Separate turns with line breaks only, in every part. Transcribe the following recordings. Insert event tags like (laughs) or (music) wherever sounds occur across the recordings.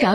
扰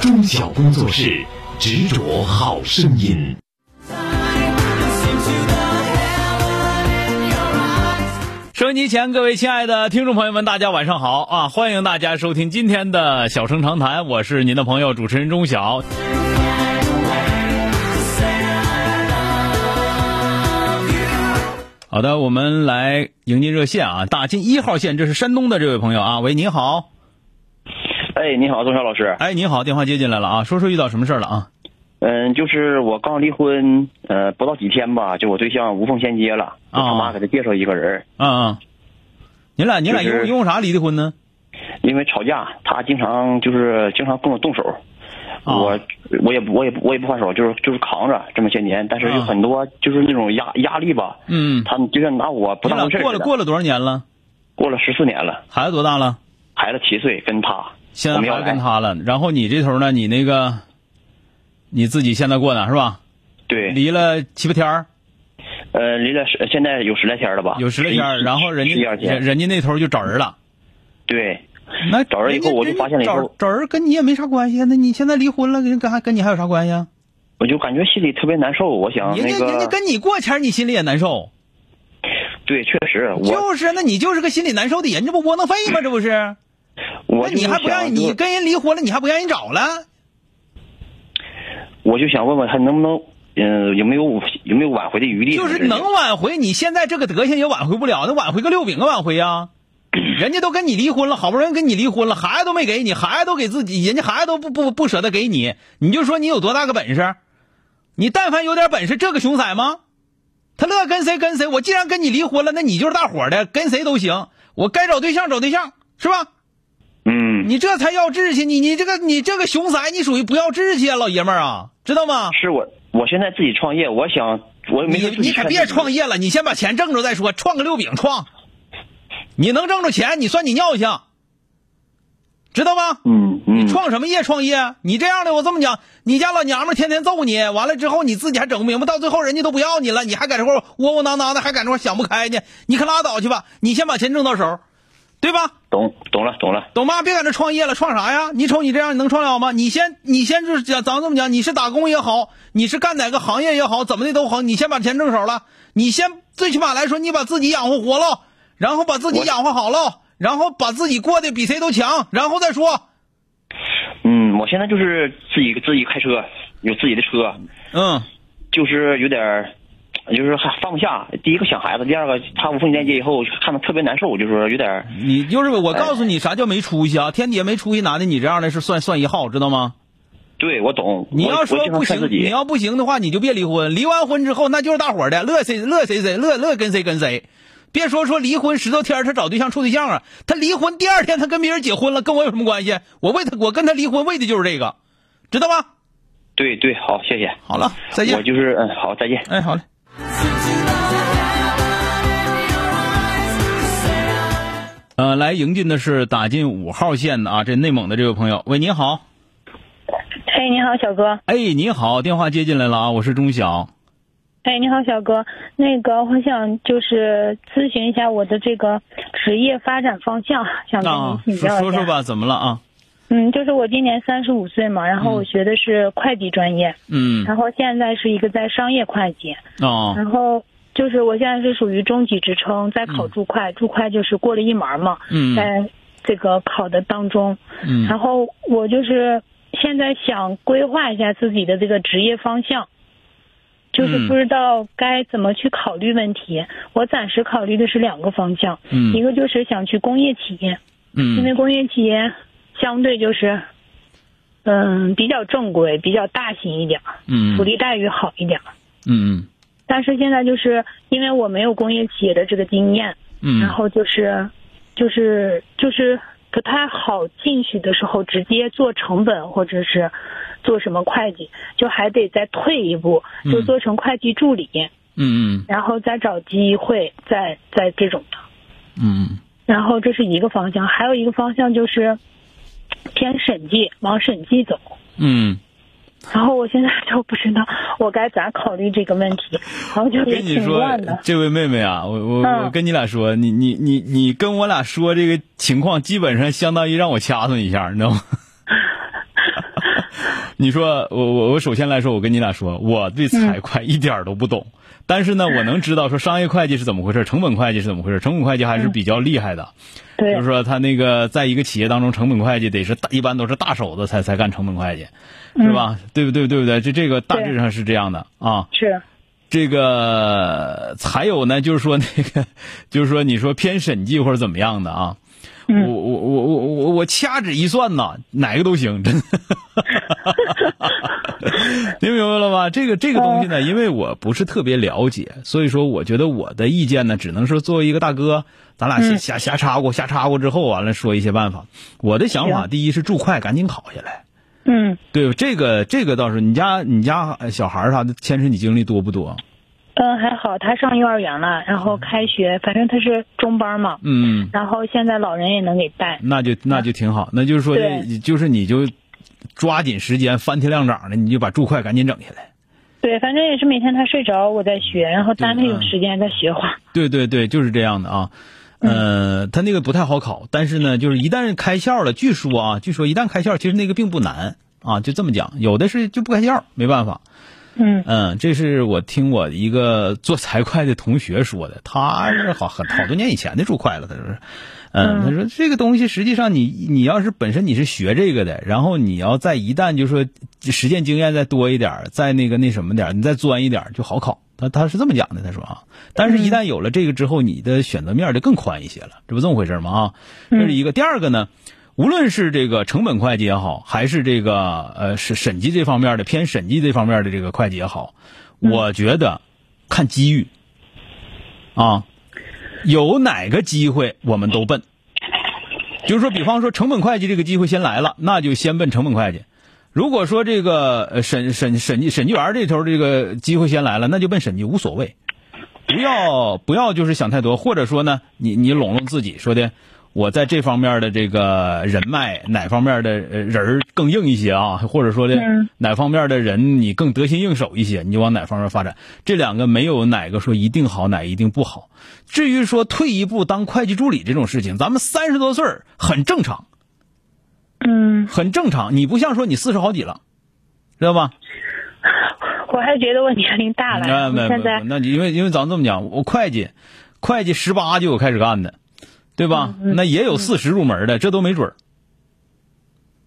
中小工作室执着好声音。
收音机前各位亲爱的听众朋友们，大家晚上好啊！欢迎大家收听今天的小声长谈，我是您的朋友主持人钟晓。好的，我们来迎进热线啊，打进一号线，这是山东的这位朋友啊，喂，你好，
哎，你好，钟晓老师。
哎，你好，电话接进来了啊，说说遇到什么事儿了啊？
嗯，就是我刚离婚，呃，不到几天吧，就我对象无缝衔接了，
啊
就他妈给他介绍一个人儿，
嗯嗯，你俩你俩因
就
为
是
因为啥离的婚呢？
因为吵架，他经常就是经常跟我动手，
啊
我我也不我也不我也不还手，就是就是扛着这么些年，但是有
啊
很多就是那种压压力吧，
嗯，
他们就像拿我不
你
当
俩
回事儿
过了
似的
过了多少年了？
过了十四年了，
孩子多大了？
孩子七岁，跟他
现
我
在
们要
孩子跟
来，
他了，然后你这头呢，你那个你自己现在过呢是吧？
对，
离了七八天儿，
呃，离了十现在有十来天了吧，
有十来天儿，然后人
啊十一
家
二天
人，人家那头就找人了。
对，
那
找人以后
家
我就
人家
发现了以
找
后
找人跟你也没啥关系啊。那你现在离婚了，跟跟还跟你还有啥关系啊？
我就感觉心里特别难受，我想啊
人
那
家人家
个
跟你过前儿，你心里也难受。
对，确实我
就是，那你就是个心里难受的人，这不窝囊废吗？这不是？
我
那你
就
还不
想
让你
问
跟人离婚了，你还不让人找了？
我就想问问他能不能，嗯、有没有有没有挽回的余地？
就是能挽回，你现在这个德行也挽回不了，那挽回个六饼啊，挽回呀、人家都跟你离婚了，好不容易跟你离婚了，孩子都没给你，孩子都给自己，人家孩子都不不不舍得给你，你就说你有多大个本事？你但凡有点本事，这个熊崽吗？他乐跟谁跟谁，我既然跟你离婚了，那你就是大伙儿的，跟谁都行。我该找对象找对象，是吧？
嗯，
你这才要志气，你你这个你这个熊崽，你属于不要志气啊，老爷们儿啊，知道吗？
是我我现在自己创业，我想我没
你
事自
你
己
可
看
别
自己
创业了，你先把钱挣着再说，创个六饼创。你能挣着钱，你算你尿性，知道吗？
嗯嗯，
创什么业？创业？你这样的，我这么讲，你家老娘们儿天天揍你，完了之后你自己还整不明白，到最后人家都不要你了，你还在这块儿窝窝囊囊的，还在这块儿想不开呢，你可拉倒去吧！你先把钱挣到手，对吧？
懂懂了懂了，
懂吗？别在这创业了，创啥呀？你瞅你这样，你能创了吗？你先，你先就是讲，咱这么讲，你是打工也好，你是干哪个行业也好，怎么的都好，你先把钱挣手了，你先最起码来说，你把自己养活活了，然后把自己
我
养活好了，然后把自己过得比谁都强，然后再说。
嗯，我现在就是自己自己开车，有自己的车，
嗯，
就是有点儿。就是还放不下，第一个想孩子，第二个他无缝衔接以后，看着特别难受，就是说有点儿
你就是我告诉你啥叫没出息啊！天底下没出息男的，你这样的是算算一号，知道吗？
对我懂。
你
我
要
我
说
经常
不
劝
行，
自
你
己，
要不行的话，你就别离婚。离完婚之后，那就是大伙儿的，乐谁乐谁谁，乐乐跟谁跟谁。别说说离婚十多天儿，他找对象处对象啊，他离婚第二天他跟别人结婚了，跟我有什么关系？我为他，我跟他离婚为的就是这个，知道吗？
对对，好，谢谢。
好了，再
我
见。
就是嗯，好，再见。
哎，好嘞。呃，来迎进的是打进五号线的啊，这内蒙的这位朋友，喂，你好，
哎，你好，小哥。
哎，你好，电话接进来了啊，我是钟晓，
哎，你好，小哥。那个，我想就是咨询一下我的这个职业发展方向，想跟
啊，
您请
说
教一下。
说说吧，怎么了啊？
嗯，就是我今年三十五岁嘛，然后我学的是会计专业，
嗯，
然后现在是一个在商业会计，
哦，
然后就是我现在是属于中级职称，在考注会，注会就是过了一门儿嘛，
嗯
在这个考的当中，
嗯
然后我就是现在想规划一下自己的这个职业方向，就是不知道该怎么去考虑问题。我暂时考虑的是两个方向，
嗯
一个就是想去工业企业，因为
嗯
工业企业相对就是，嗯，比较正规，比较大型一点儿，
嗯
福利待遇好一点儿。
嗯
但是现在就是因为我没有工业企业的这个经验，
嗯，
然后就是，就是就是不太好进去的时候直接做成本或者是做什么会计，就还得再退一步，就做成会计助理，
嗯
然后再找机会，再再这种的。
嗯嗯
然后这是一个方向，还有一个方向就是偏审计，往审计走。
嗯，
然后我现在就不知道 (laughs) 我该咋考虑这个问题，然后就也
跟你
挺
说
乱的，。
这位妹妹啊，我我、
嗯
我跟你俩说，你你你你跟我俩说这个情况，基本上相当于让我掐算一下，你知道吗？ (laughs) 你说我我我首先来说，我跟你俩说，我
嗯
对财会一点儿都不懂，但是呢，我能知道说商业会计是怎么回事，成本会计是怎么回事，成本会计还是比较厉害的。
对
就是，说他那个在一个企业当中，成本会计得是大，一般都是大手子才才干成本会计，是吧？对不对？对不对？这这个大致上是这样的啊。
是，
这个还有呢，就是说那个，就是说你说偏审计或者怎么样的啊？我
嗯，
我我我我我掐指一算呐，哪个都行，
(laughs)
真的。您明白了吧？这个这个东西呢，
哎
因为我不是特别了解，所以说我觉得我的意见呢，只能说作为一个大哥，咱
嗯
俩瞎瞎瞎掺和，瞎掺和之后完了说一些办法。我的想法，
行
第一是注会赶紧考下来。
嗯，
对，这个这个倒是，你家你家呃小孩儿啥的牵扯你经历多不多？
嗯，还好，他上幼儿园了，然后开学，反正他是中班嘛，
嗯，
然后现在老人也能给带，
那就那就挺好。那就是说，
对
就是你就抓紧时间，翻天亮掌的，你就把注会赶紧整下来。
对，反正也是每天他睡着我在学，然后单位
嗯
有时间再学会儿，
对对对，就是这样的啊。呃，他那个不太好考，但是呢，就是一旦开窍了，据说啊，据说一旦开窍，其实那个并不难啊，就这么讲。有的是就不开窍，没办法。
嗯
嗯，这是我听我一个做财会的同学说的，他是好很好多年以前的注会了，他说是，嗯，
嗯
他说这个东西实际上你你要是本身你是学这个的，然后你要再一旦就说实践经验再多一点儿，再那个那什么点儿，你再钻一点儿就好考。他他是这么讲的，他说啊，但是一旦有了这个之后，你的选择面儿就更宽一些了，这不这么回事儿吗？啊，这是一个。第二个呢，无论是这个成本会计也好，还是这个呃审审计这方面的偏审计这方面的这个会计也好，我觉得看机遇啊，有哪个机会我们都奔。就是说，比方说成本会计这个机会先来了，那就先奔成本会计。如果说这个呃审审审计审计员这头这个机会先来了，那就奔审计无所谓。不要不要就是想太多，或者说呢，你你笼络自己说的，我在这方面的这个人脉哪方面的呃人儿更硬一些啊，或者说的
嗯
哪方面的人你更得心应手一些，你就往哪方面发展。这两个没有哪个说一定好，哪一定不好。至于说退一步当会计助理这种事情，咱们三十多岁儿很正常，
嗯，
很正常。你不像说你四十好几了，知道吧？
我还觉得我年龄大了，
没
现在
没，嗯那你因为因为咱们这么讲，我会计，会计十八就有开始干的，对吧？
嗯
那也有四十入门的，这都没准儿。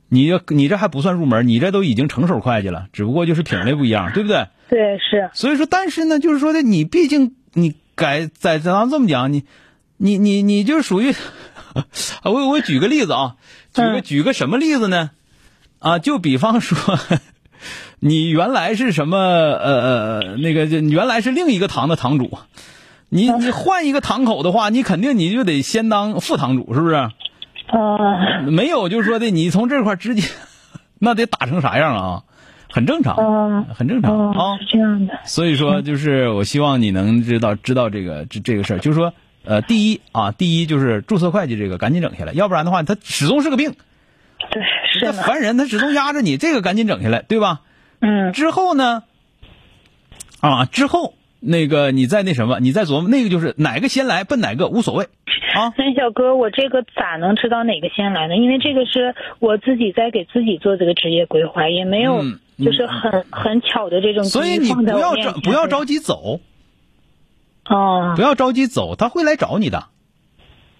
你这你这还不算入门，你这都已经成手会计了，只不过就是品类不一样，对不对？
对是，
所以说，但是呢，就是说的，你毕竟你改在咱这么讲，你你你你就是属于， (laughs) 我我举个例子啊，举个
嗯
举个什么例子呢？啊，就比方说，你原来是什么呃呃那个，你原来是另一个堂的堂主，你
嗯
你换一个堂口的话，你肯定你就得先当副堂主，是不是？
呃
没有，就是说的，你从这块儿直接， (laughs) 那得打成啥样啊？很正常，
嗯
很正常啊。
哦，是这样的，
所以说，就是我希望你能知道知道这个这这个事儿，就是说，呃，第一啊，第一就是注册会计这个赶紧整下来，要不然的话，它始终是个病。
对是
这
呢，
烦人，它始终压着你，这个赶紧整下来，对吧？
嗯
之后呢，啊，之后那个你再那什么，你再琢磨那个就是哪个先来奔哪个无所谓啊。
那小哥，我这个咋能知道哪个先来呢？因为这个是我自己在给自己做这个职业规划，也没有
嗯
就是很、很巧的这种
所以
机遇
你
放
不
在我
要
面
着
前
不要着急走，
哦
不要着急走，他会来找你的。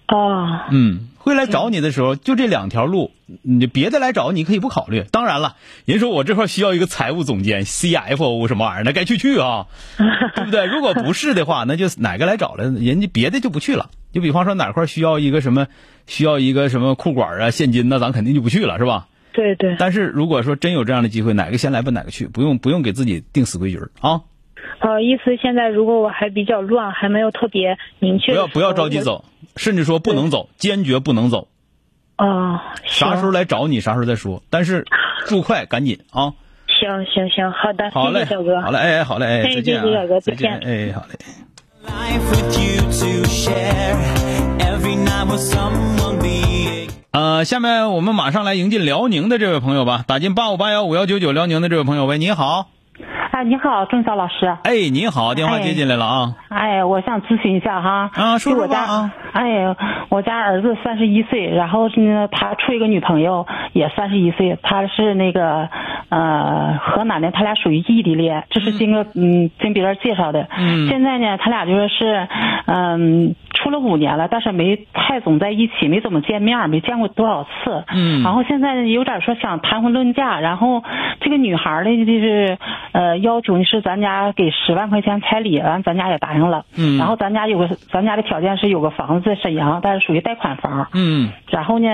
哦
嗯，会来找你的时候，就这两条路，你别的来找你可以不考虑。当然了，人说我这块需要一个财务总监、CFO 什么玩意儿，那该去去啊，对不对？如果不是的话，那就哪个来找了，人家别的就不去了。就比方说哪块需要一个什么，需要一个什么库管啊、现金那咱肯定就不去了，是吧？
对对
但是如果说真有这样的机会，哪个先来奔哪个去，不用不用给自己定死规矩儿啊！
呃，意思现在如果我还比较乱，还没有特别明
不
确的时
要
候，
不要着急
我
走，甚至说不能走，坚决不能走。
哦，行
啥时候来找你，啥时候再说。但
(laughs)
是住快，赶紧啊！
行行行，好的，
好
谢
嘞，
谢小哥，
好嘞，哎，好嘞，哎，
哎
再见、啊，
谢谢小哥
再见，
再
哎，好嘞。
life with you to share. Every night with someone being.
呃，下面我们马上来迎进辽宁的这位朋友吧，打进八五八幺五幺九九辽宁的这位朋友，喂，你好，
哎，你好，钟晓老师。
哎，你好，电话接进来了啊，
哎，我想咨询一下哈。
啊说
就
说
我家
吧啊。
哎，我家儿子三十一岁，然后呢，他处一个女朋友也三十一岁，他是那个呃河南的，他俩属于异地恋，这是经过嗯经别人介绍的。
嗯
现在呢，他俩就说是嗯处了五年了，但是没太总在一起，没怎么见面，没见过多少次。
嗯
然后现在呢有点说想谈婚论嫁，然后这个女孩呢就是呃要求呢是咱家给十万块钱彩礼，完咱家也答应了。
嗯
然后咱家有个咱家的条件是有个房子在沈阳，但是属于贷款房。
嗯
然后呢，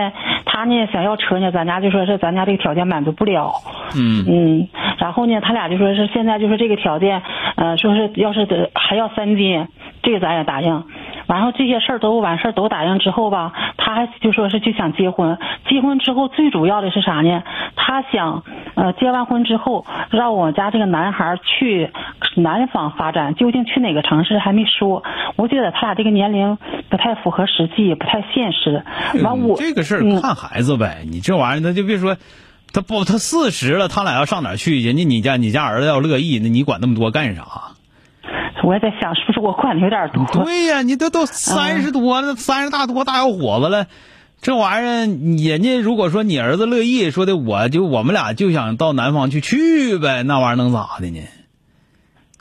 他呢想要车呢，咱家就说是咱家这个条件满足不了。
嗯
嗯，然后呢，他俩就说是现在就是这个条件，呃，说是要是得还要三金，这个咱也答应。然后这些事儿都完事儿都答应之后吧，他还就说是就想结婚。结婚之后最主要的是啥呢？他想，呃，结完婚之后让我家这个男孩儿去南方发展，究竟去哪个城市还没说。我觉得他俩这个年龄不太符合实际，也不太现实。完我
这个事儿
嗯
看孩子呗，你这玩意儿他就别说，他不他四十了，他俩要上哪儿去？人家你家你家儿子要乐意，那你管那么多干啥？
我也在想，是不是我管的有点多？
对呀、你都都
嗯
三十多了，三十大多大小伙子了，这玩意儿，人家如果说你儿子乐意，说的我就我们俩就想到南方去去呗，那玩意儿能咋的呢？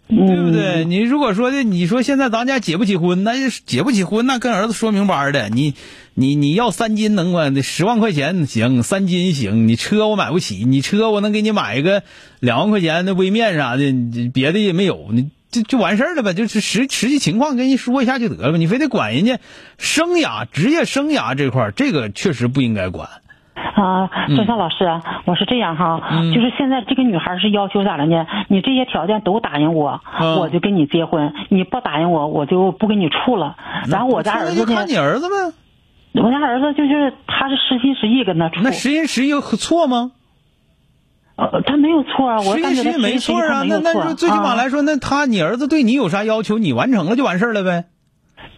嗯
对不对？你如果说的，你说现在咱家结不起婚，那是结不起婚，那跟儿子说明白的，你你你要三金能管十万块钱行，三金行，你车我买不起，你车我能给你买一个两万块钱的微面啥的，你别的也没有，你就就完事儿了呗，就是实实际情况跟人说一下就得了呗，你非得管人家生涯职业生涯这块儿，这个确实不应该管。
啊，
嗯
钟晓老师啊，我是这样哈，就是现在这个女孩是要求咋了呢？你这些条件都答应我，
嗯
我就跟你结婚；你不答应我，我就不跟你处了。然后我家儿子
那就看你
呢，
儿子呗，
我家儿子就是他是实心实意跟他处，
那十人十一错吗？
呃他没有错啊，我
实
感
际实
觉他
际没
实
错
意他
啊，
没
那
有
那
错
就最起码
啊
来说，那他你儿子对你有啥要求，你完成了就完事儿了呗。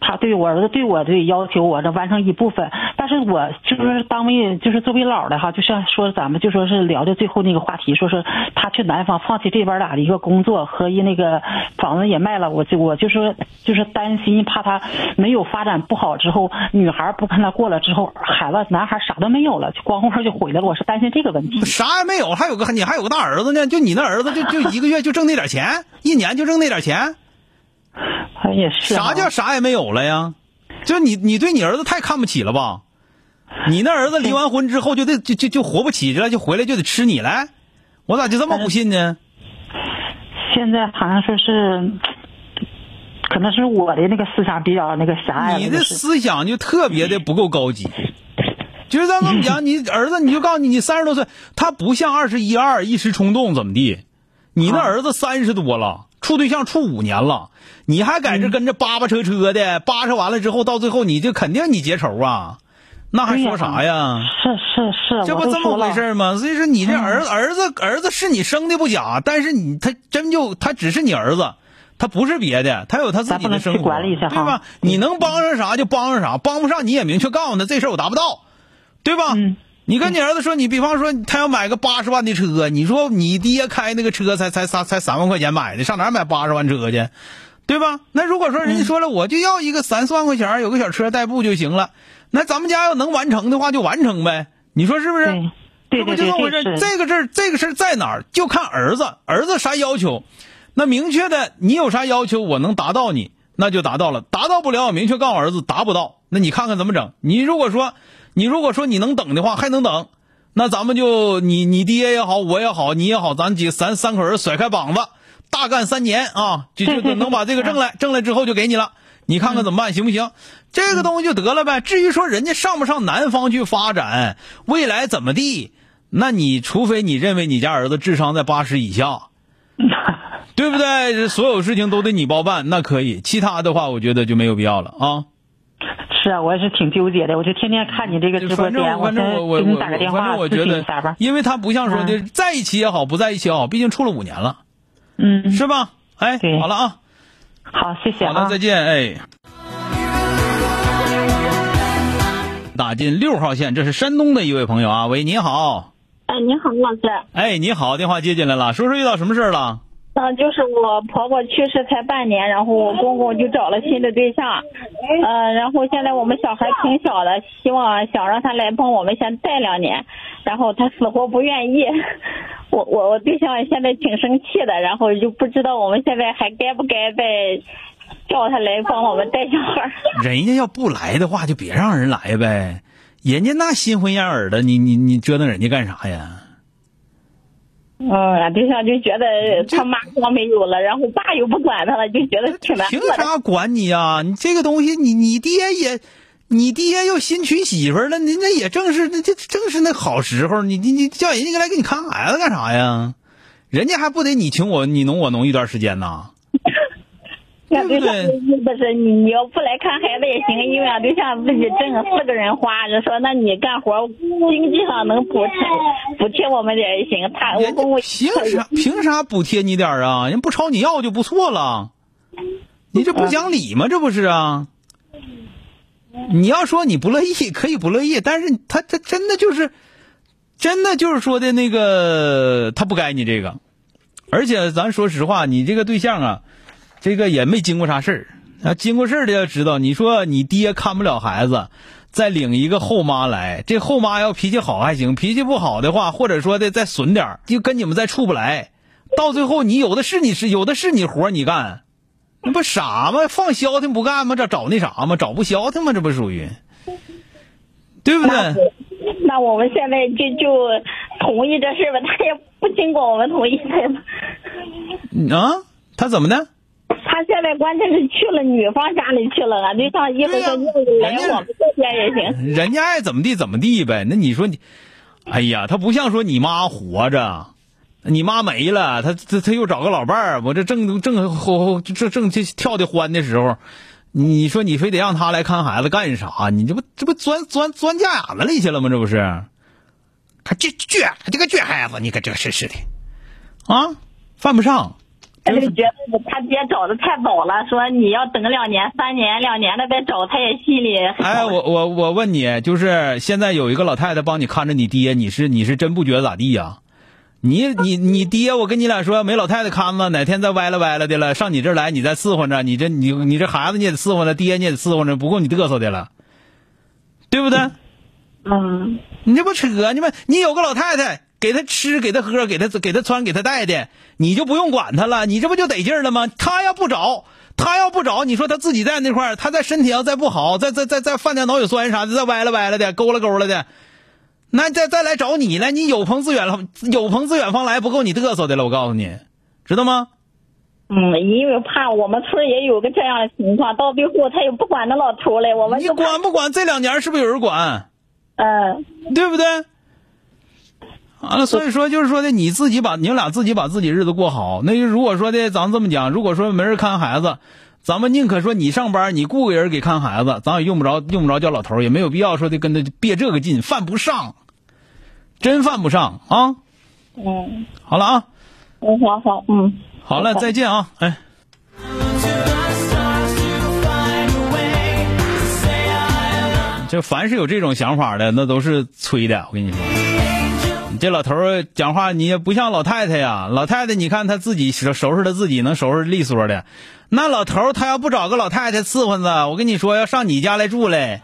他对我儿子对我的要求，我这完成一部分，但是我
嗯
就是当为就是作为老的哈，就像说咱们就说是聊的最后那个话题，说是他去南方放弃这边俩的一个工作和一那个房子也卖了，我就我就说就是担心怕他没有发展不好之后，女孩不跟他过了之后，孩子男孩啥都没有了，就光棍儿就毁了，我是担心这个问题。
啥也没有，还有个你还有个大儿子呢，就你那儿子就就一个月就挣那点钱，一年就挣那点钱，
哎也 (laughs) 是哈、
啥叫啥也没有了呀？就你你对你儿子太看不起了吧？你那儿子离完婚之后就得就就就活不起了，就回来就得吃你来，我咋就这么不信呢？
现在好像说是。可能是我的那个思想比较那个狭隘了，
你
就
的
是
思想就特别的不够高级。就是咱跟我们讲，你儿子，你就告诉你，你三十多岁，他不像二十一二一时冲动怎么地，你
啊
那儿子三十多了，处对象处五年了，你还在
嗯
这跟着巴巴车车的，巴扯完了之后，到最后你就肯定你结仇啊，那还说啥呀？
是是是，
这
我
不
都
这么
说
回
了嗯
事儿吗？所以说你这儿子、儿子儿子是你生的不假，但是你他真就他只是你儿子，他不是别的，他有他自
咱
己
不
的
能
生活，
去管理一下
对吧
哈？嗯
你能帮上啥就帮上啥，帮不上你也明确告诉他这事儿我达不到，对吧？
嗯
你跟你儿子说，你比方说他要买个八十万的车，你说你爹开那个车才才三才三万块钱买的，上哪儿买八十万车去？对吧？那如果说人家说了，我就要一个三四万块钱儿，有个小车代步就行了，那咱们家要能完成的话就完成呗，你说是不是？
对对对
啊这不就这么回
对，
事？
是
这个事儿，这个事儿在哪儿？就看儿子，儿子啥要求，那明确的，你有啥要求，我能达到你，那就达到了；达到不了，我明确告诉儿子达不到，那你看看怎么整。你如果说，你如果说你能等的话，还能等，那咱们就你你爹也好，我也好，你也好，咱几咱三口人甩开膀子，大干三年啊，就
对
就
对对嗯
能把这个挣来，挣来之后就给你了。你看看怎么办，行不行？这个东西就得了呗。至于说人家上不上南方去发展，未来怎么地，那你除非你认为你家儿子智商在八十以下，对不对？所有事情都得你包办，那可以。其他的话，我觉得就没有必要了啊。
是啊，我也是挺纠结的，我就天天看你这个直播
反正
间，
反正我我
先给你
我
打个电
反
话
正我
咨
觉
询
得
一下吧，。
因为他不像说
嗯
就是在一起也好，不在一起也好，毕竟处了五年了，
嗯，
是吧？哎，
对
好了啊，
好，谢谢
好
啊
了，，再见，哎。打进六号线，这是山东的一位朋友啊，喂，你好，
哎，你好，吴老师。
哎，你好，电话接进来了，说说遇到什么事儿了？
嗯、
呃
就是我婆婆去世才半年，然后我公公就找了新的对象，呃，然后现在我们小孩挺小的，希望想让他来帮我们先带两年，然后他死活不愿意。我我我对象现在挺生气的，然后就不知道我们现在还该不该再叫他来帮我们带小孩儿。
人家要不来的话，就别让人来呗，人家那新婚燕尔的，你你你折腾人家干啥呀？
嗯，俺对象就觉得他妈光没有了，然后爸又不管他了，就觉得挺难
凭
过的。
啥管你呀、你这个东西，你你爹也，你爹又新娶媳妇儿了，你那也正是那这正是那好时候，你你你叫人家来给你看孩子干啥呀？人家还不得你情我你侬我侬一段时间呢？
俺
对
对
不对
象的意思是你你要不来看孩子也行，因为俺对象自己挣四个人花，就说那你干活经济上能补贴补贴我们点也行。他我嗯
人
公公
家凭啥凭啥补贴你点儿啊？人不朝你要就不错了，你这不
嗯
讲理吗？这不是啊？
嗯
你要说你不乐意，可以不乐意，但是他他真的就是，真的就是说的那个，他不该你这个，而且咱说实话，你这个对象啊，这个也没经过啥事儿。啊，经过事儿的要知道，你说你爹看不了孩子，再领一个后妈来，这后妈要脾气好还行，脾气不好的话，或者说的再损点儿，就跟你们再处不来，到最后你有的是你是有的是你活儿你干，那不傻吗？放消停不干吗？这找那啥吗？找不消停吗？这不属于，对不对？
那我们现在就就同意这事吧，他也不经过我们同意的。
嗯啊，他怎么的？
他现在关键是去了女方家里去了，俺对象一会
对
儿
呀人
说愿意来
家
我们这边也行。
人家爱怎么地怎么地呗。那你说你，哎呀，他不像说你妈活着，你妈没了，他他他又找个老伴儿，我这正正后正正这跳的欢的时候，你说你非得让他来看孩子干啥？你这不这不钻钻钻家眼子里去了吗？这不是，还倔倔这个倔孩子，你可这真是的，啊，犯不上。
他就觉得他爹找的太早了，说你要等两年、三年、两年的再找，他也心里
(laughs)
很
哎，我我我问你，就是现在有一个老太太帮你看着你爹，你是你是真不觉得咋地呀、你你你爹，我跟你俩说，没老太太看着，哪天再歪了歪了的了，上你这儿来，你再伺候着，你这你你这孩子你也得伺候着，爹你也得伺候着，不够你嘚瑟的了，对不对？
嗯。
你这不扯呢吗？你有个老太太，给她吃，给她喝，给她给她穿，给她带的，你就不用管她了，你这不就得劲儿了吗？她要不找，她要不找，你说她自己在那块儿，她再身体要再不好，再再再再犯点脑血栓啥的，再歪了歪了的，勾了勾了的，那再再来找你来，你有朋自远方，有朋自远方来，不够你嘚瑟的了，我告诉你，知道吗？
嗯，因为怕我们村儿也有个这样的情况，到最后他也不管那老头了，我们
你
就怕
管不管？这两年是不是有人管？
嗯
对不对？完了，所以说就是说的，你自己把你们俩自己把自己日子过好。那就如果说的，咱这么讲，如果说没人看孩子，咱们宁可说你上班，你雇个人给看孩子，咱也用不着用不着叫老头儿，也没有必要说的跟他憋这个劲，犯不上，真犯不上啊！
嗯
好了啊，
嗯，好好嗯。
好了，再见啊，哎。这凡是有这种想法的，那都是吹的。我跟你说，你这老头儿讲话你也不像老太太呀。老太太，你看她自己收收拾她自己，能收拾利索的。那老头儿他要不找个老太太伺候呢，我跟你说，要上你家来住嘞。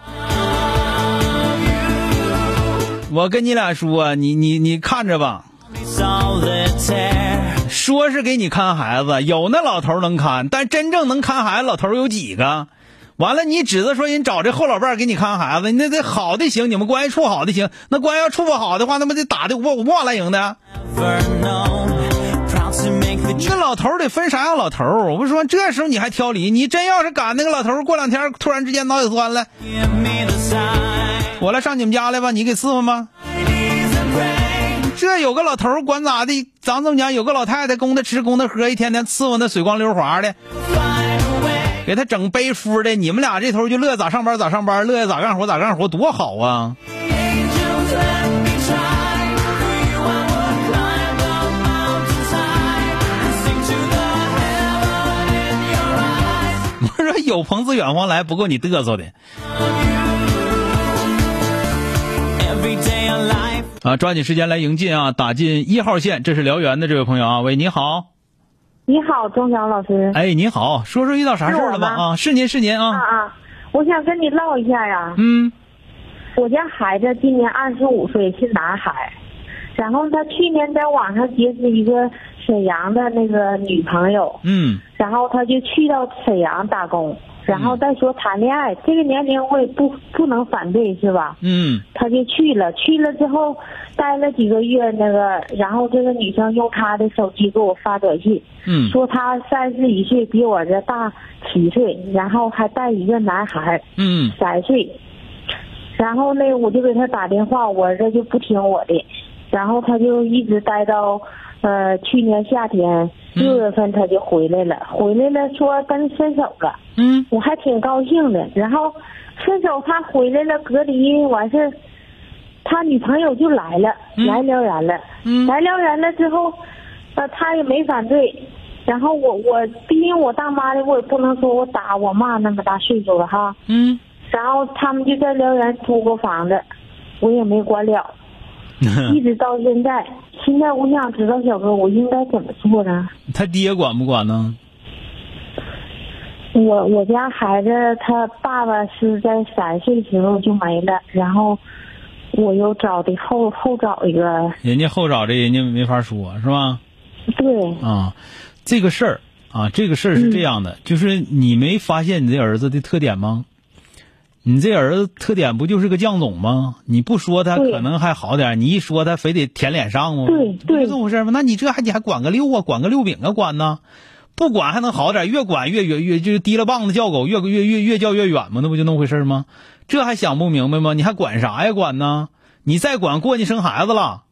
我跟你俩说，你你你看着吧，
solitaire.
说是给你看孩子，有那老头儿能看，但真正能看孩子老头儿有几个？完了，你指着说人找这后老伴儿给你看孩子，那得好的行，你们关系处好的行，那关系要处不好的话，那不得打的五五骂来赢的？
Never known. Proud to make the
这老头儿得分啥样老头儿？我不说这时候你还挑理，你真要是赶那个老头儿过两天突然之间脑血栓了，
give me the sign.
我来上你们家来吧，你给伺候吗？这有个老头儿管咋的？咱这么讲，有个老太太供他吃供他喝，一天天伺候那水光溜滑的。给他整背夫的，你们俩这头就乐意咋上班咋上班，乐意咋干活咋干活，多好啊！
Angels left behind. For you I would climb the mountains high and sing to the heaven in your eyes.
我说有朋自远方来，不够你嘚瑟的
Every day of life,
啊！抓紧时间来迎进啊，打进一号线，这是辽源的这位朋友啊，喂，你好，
你好，钟晓老 (laughs) 师。
哎，你好，说说遇到啥事儿了吧？
是我吗
啊，是您是您
啊
啊，
啊，我想跟你唠一下呀、
嗯
我家孩子今年二十五岁，是男孩，然后他去年在网上结识一个沈阳的那个女朋友，
嗯
然后他就去到沈阳打工，然后再说谈恋爱，这个年龄我也不不能反对，是吧？
嗯
他就去了，去了之后待了几个月，那个，然后这个女生用她的手机给我发短信，
嗯
说她三十一岁，比我这大七岁，然后还带一个男孩
嗯
三岁，然后呢，我就给他打电话，我这就不听我的，然后他就一直待到呃去年夏天六月份他就回来了，回来了说跟分手了。
嗯
我还挺高兴的。然后分手他回来了，隔离完事儿，他女朋友就来了，
嗯
来辽源了，
嗯
来辽源了之后，呃，他也没反对。然后我我毕竟我大妈的，我也不能说我打我骂那么大岁数了哈。
嗯，
然后他们就在辽源租过房子，我也没管了，
嗯
一直到现在。现在我想知道小哥，我应该怎么做呢？
(laughs) 他爹管不管呢？
我我家孩子他爸爸是在三岁时候就没了，然后我又找的后后找一个，
人家后找这人家没法说是吧？
对，
啊，这个事儿啊，这个事儿是这样的，
嗯
就是你没发现你这儿子的特点吗？你这儿子特点不就是个犟种吗？你不说他
对
可能还好点儿，你一说他非得舔脸上吗？
对
不就
对
这么回事儿吗？那你这还你还管个六啊，管个六饼啊，管呢？不管还能好点儿，越管越越越就是提了棒子叫狗，越越越越叫越远吗？那不就那么回事儿吗？这还想不明白吗？你还管啥呀？管呢？你再管过去生孩子了。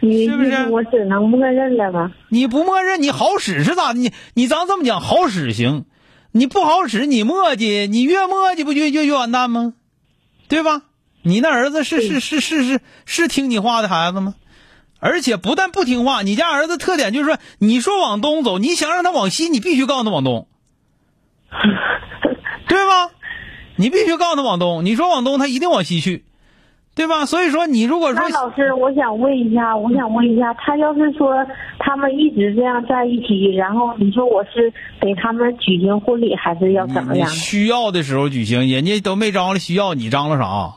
你
是不是
意思我只能默认了吧？
你不默认你好使是咋的？你你咱这么讲好使行，你不好使你磨叽，你越磨叽不就就越完蛋吗？对吧？你那儿子是是是是是是听你话的孩子吗？而且不但不听话，你家儿子特点就是说，你说往东走，你想让他往西，你必须告诉他往东，对吧？你必须告诉他往东，你说往东，他一定往西去，对吧？所以说，你如果说
那老师，我想问一下，我想问一下，他要是说他们一直这样在一起，然后你说我是给他们举行婚礼，还是要
你
怎么
你
样？
需要的时候举行，人家都没张罗需要，你张罗啥？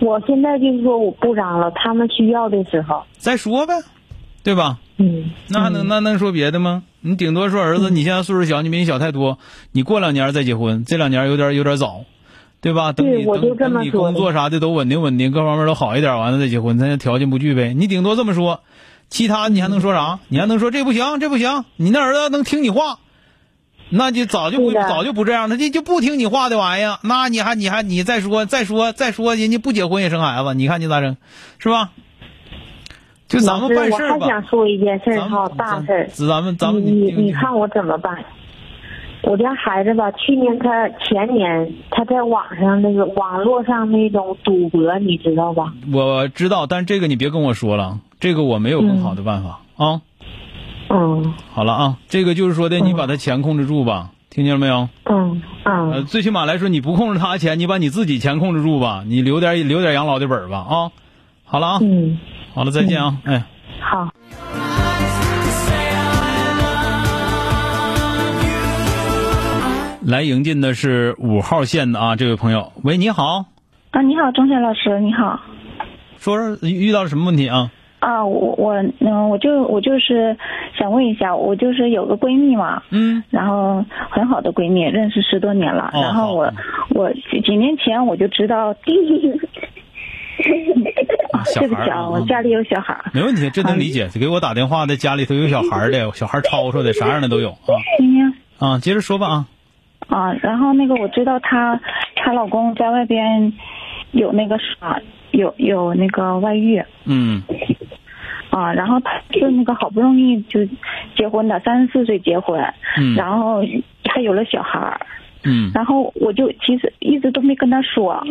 我现在就是说我不嚷了，他们需要的时候，
再说呗，对吧？
嗯，
那还能那能说别的吗？你顶多说儿子，你现在岁数小，你比你小太多，你过两年再结婚，这两年有点有点早，对吧？等
对
你
我就
等
这么
等你
说
工
的
作啥的都稳定稳定，各方面都好一点，完了再结婚，咱这条件不具备，你顶多这么说，其他你还能说
嗯
啥？你还能说这不行，这不行？你那儿子能听你话，那就早就不
是的
早就不这样了，这就不听你话的玩意儿，那你还你还你再说再说再说，人家不结婚也生孩子，你看你咋整，是吧？就咱
老
们
师，
办
我
事儿
还
吧。
想说一件事儿
咱
哈，
们
大事儿。
咱咱们咱们
你你看我怎么办？我家孩子吧，去年他前年他在网上那个网络上那种赌博，你知道吧？
我知道，但这个你别跟我说了，这个我没有更好的办法、啊。
嗯
好了啊，这个就是说的，你把他钱控制住吧，听见了没有？
嗯
呃，
嗯
最起码来说，你不控制他钱，你把你自己钱控制住吧，你留点留点养老的本儿吧啊。好了啊，
嗯，
好了，再见啊，哎。
好。
来迎进的是五号线的啊，这位朋友，喂，你好，
啊，你好，钟晓老师，你好。
说说遇到了什么问题啊？
啊，我我嗯，我就我就是想问一下，我就是有个闺蜜嘛，
嗯
然后很好的闺蜜，认识十多年了。
哦
然后我
好
我几几年前我就知道， (laughs) 啊
小
对不
孩
起
儿
啊，
啊
我家里有小孩儿。
没问题，这能理解。给我打电话的家里头有小孩儿的，小孩儿吵吵的，啥样的都有啊
嗯
啊，接着说吧啊。
啊，然后那个我知道她她老公在外边有那个啥，有有那个外遇。
嗯，
啊，然后他就那个好不容易就结婚的，三十四岁结婚，
嗯
然后还有了小孩儿，
嗯
然后我就其实一直都没跟他说，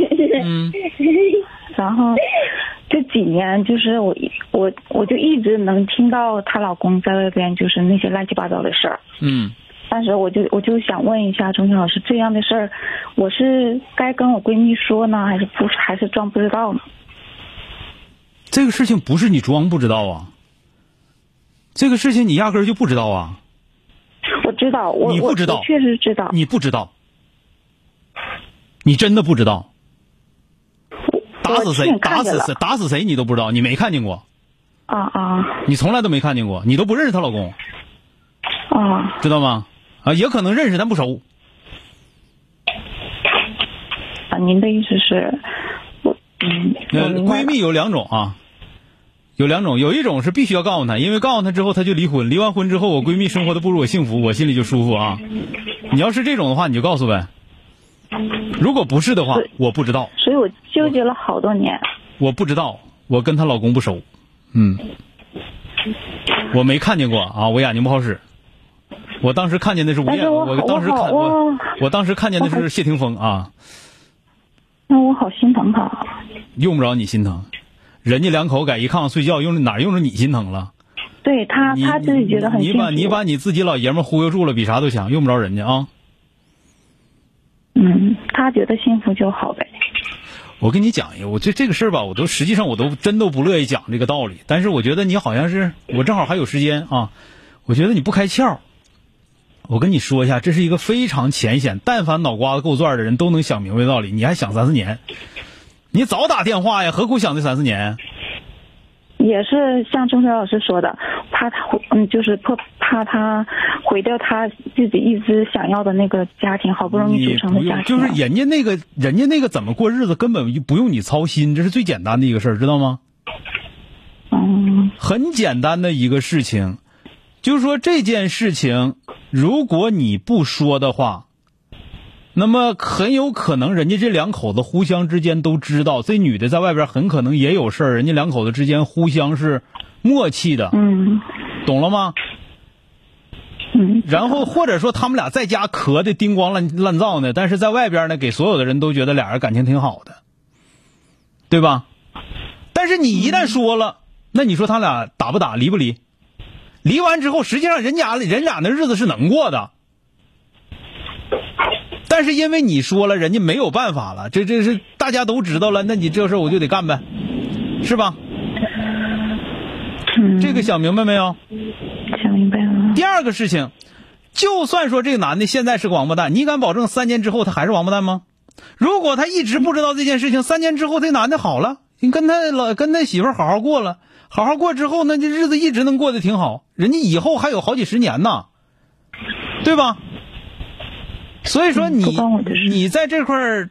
嗯
然后这几年就是我一我我就一直能听到她老公在外边就是那些乱七八糟的事儿，
嗯
但是我就我就想问一下钟晓老师，这样的事儿，我是该跟我闺蜜说呢，还是不还是装不知道呢？
这个事情不是你装不知道啊，这个事情你压根儿就不知道啊，
我知道，我
你不知道
我我确实知道，
你不知道，你真的不知道，打死
我亲
谁
眼
打
看见
死
了
谁打死谁你都不知道，你没看见过，
啊啊
你从来都没看见过，你都不认识她老公，
啊！
知道吗？啊，也可能认识但不熟，
啊您的意思是，我嗯，我
呃，
明白
闺
了
蜜有两种啊，有两种，有一种是必须要告诉她，因为告诉她之后她就离婚，离完婚之后我闺蜜生活的不如我幸福，我心里就舒服啊。你要是这种的话，你就告诉呗。如果不是的话
对，
我不知道，
所以我纠结了好多年。
我不知道，我跟她老公不熟，嗯，我没看见过啊，我眼睛不好使。我当时看见的是吴
但是
彦，
我
我当时
我好
看我
我
我当时看见的
我
是
好
谢霆锋啊，
那嗯我好心疼
(laughs)
她。
用不着你心疼，人家两口在一炕上睡觉，用着哪用着你心疼了？
对她，
你
她自己觉得很
你
幸
你
福。
把你把你自己老爷们儿忽悠住了，比啥都强，用不着人家啊！
嗯，她觉得幸福就好呗。
我跟你讲一个，我这这个事儿吧，我都实际上我都真都不乐意讲这个道理，但是我觉得你好像是我正好还有时间啊，我觉得你不开窍。我跟你说一下，这是一个非常浅显，但凡脑瓜子够转儿的人都能想明白的道理，你还想三四年？你早打电话呀，何苦想这三四年？
也是像钟晓老师说的，怕他回，嗯，就是怕怕他毁掉他自己一直想要的那个家庭，好不容易
你
组成
不
的家
用，
庭。
就是人家那个人家那个怎么过日子，根本就不用你操心，这是最简单的一个事儿，知道吗？
嗯
很简单的一个事情，就是说这件事情，如果你不说的话，那么很有可能人家这两口子互相之间都知道，这女的在外边很可能也有事儿，人家两口子之间互相是默契的，
嗯
懂了吗？
嗯
然后或者说他们俩在家磕的叮咣乱乱造呢，但是在外边呢，给所有的人都觉得俩人感情挺好的，对吧？但是你一旦说了，那你说他俩打不打，离不离？离完之后，实际上人家人俩那日子是能过的，但是因为你说了，人家没有办法了，这这是大家都知道了，那你这事儿我就得干呗，是吧？
嗯，
这个想明白没有？
想明白了。
第二个事情，就算说这个男的现在是个王八蛋，你敢保证三年之后他还是王八蛋吗？如果他一直不知道这件事情，三年之后这男的好了，你跟他老跟他媳妇儿好好过了，好好过之后，那这日子一直能过得挺好，人家以后还有好几十年呢，对吧？所以说
嗯不
你
关我的事
你在这块儿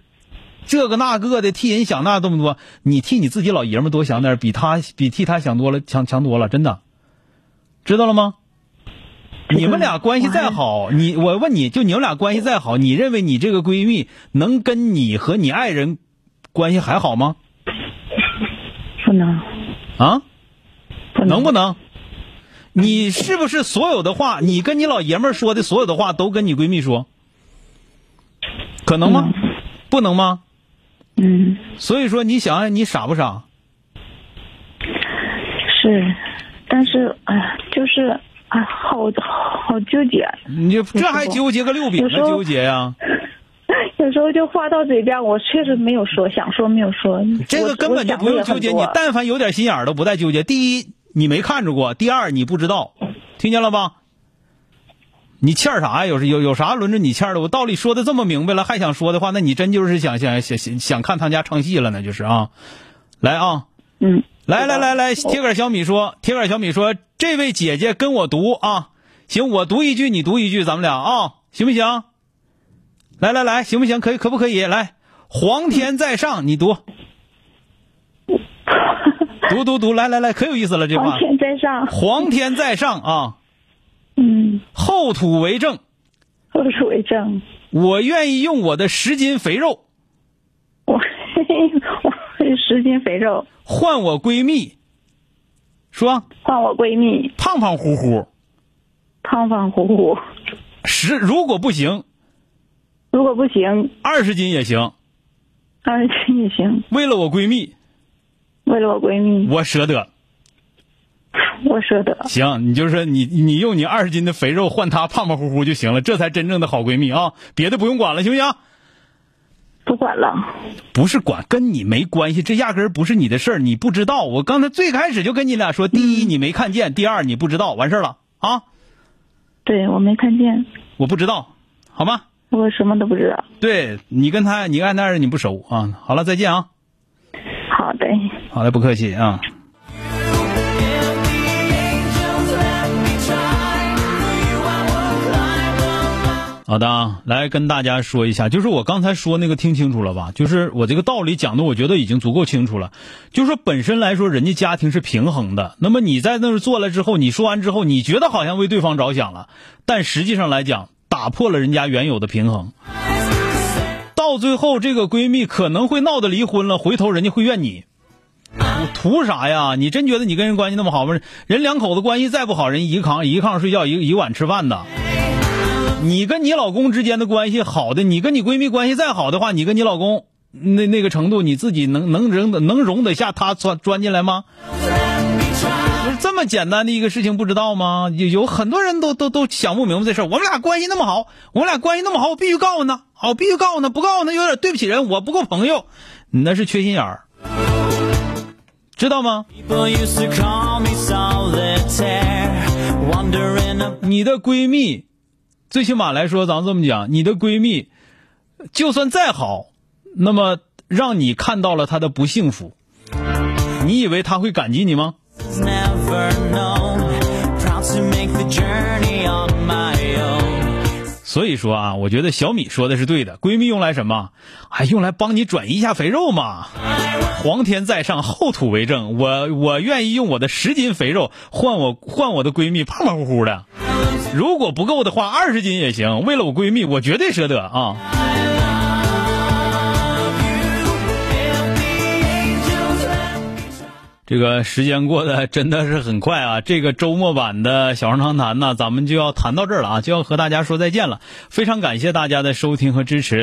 这个那个的替人想那这么多，你替你自己老爷们儿多想点儿，比他比替他想多了强强多了，真的，知道了吗？你们俩关系再好，你我问你就你们俩关系再好，你认为你这个闺蜜能跟你和你爱人关系还好吗？
不能
啊，
不
能
能
不能？你是不是所有的话，你跟你老爷们儿说的所有的话都跟你闺蜜说？可能吗？不能吗？
嗯
所以说，你想想你傻不傻？
是，但是哎呀，就是哎好好纠结，啊
你就这还纠结个六饼
有
呢
时？候
纠结呀、
有时候就话到嘴边，我确实没有说，想说没有说。
这
嗯我
个根本就不用纠结。
我想的也很多啊
你但凡有点心眼儿都不带纠结。第一，你没看着过；第二，你不知道，听见了吧？你欠儿啥呀？有有有啥轮着你欠儿的？我道理说的这么明白了，还想说的话，那你真就是想想想想想看他们家唱戏了呢，就是啊。来啊，
嗯，
来来来来，铁杆小米说，铁杆小米说，这位姐姐跟我读啊，行，我读一句，你读一句，咱们俩啊，行不行？来来来，行不行？可以可不可以？来，皇天在上，你读，读读读，来来来，可有意思了这话
皇，天在上，
皇天在上啊，
嗯，
厚土为证，
后土为证。
我愿意用我的十斤肥肉
我我十斤肥肉
换我闺蜜说
算我闺蜜，
胖胖乎乎，
胖胖乎乎。
十如果不行，
如果不行，
二十斤也行。
二十斤也行。
为了我闺蜜，
为了我闺蜜，
我舍得。
我舍得。
行，你就是你，你用你二十斤的肥肉换她胖胖乎乎就行了，这才真正的好闺蜜啊！别的不用管了，行不行？
不管了，
不是管跟你没关系，这压根儿不是你的事儿，你不知道。我刚才最开始就跟你俩说，第一你没看见，第二你不知道，完事儿了啊！
对我没看见，
我不知道，好吗？
我什么都不知道。
对你跟他，你跟那儿你不熟啊。好了，再见啊！
好的，
好嘞，不客气啊。好的啊，来跟大家说一下，就是我刚才说那个，听清楚了吧？就是我这个道理讲的，我觉得已经足够清楚了。就是说本身来说，人家家庭是平衡的，那么你在那儿做了之后，你说完之后，你觉得好像为对方着想了，但实际上来讲，打破了人家原有的平衡。到最后，这个闺蜜可能会闹得离婚了，回头人家会怨你。我图啥呀？你真觉得你跟人关系那么好吗？人两口子关系再不好，人一炕一炕睡觉，一一碗吃饭的。你跟你老公之间的关系好的，你跟你闺蜜关系再好的话，你跟你老公那那个程度，你自己能能容得能容得下他钻钻进来吗？不是这么简单的一个事情，不知道吗？有有很多人都都都想不明白这事儿。我们俩关系那么好，我们俩关系那么好，我必须告诉他，啊我必须告诉他，不告诉他有点对不起人，我不够朋友，你那是缺心眼儿，知道吗？
People used to call me solitaire, wandering about.
你的闺蜜，最起码来说，咱们这么讲，你的闺蜜就算再好，那么让你看到了她的不幸福，你以为她会感激你吗？
was never known. Proud to make the journey on my own.
所以说啊，我觉得小米说的是对的，闺蜜用来什么？哎，用来帮你转移一下肥肉嘛。皇天在上，厚土为证，我我愿意用我的十斤肥肉换我换我的闺蜜胖胖乎乎的，如果不够的话，二十斤也行。为了我闺蜜，我绝对舍得啊。这个时间过得真的是很快啊！这个周末版的小声长谈呢，咱们就要谈到这儿了啊，就要和大家说再见了。非常感谢大家的收听和支持。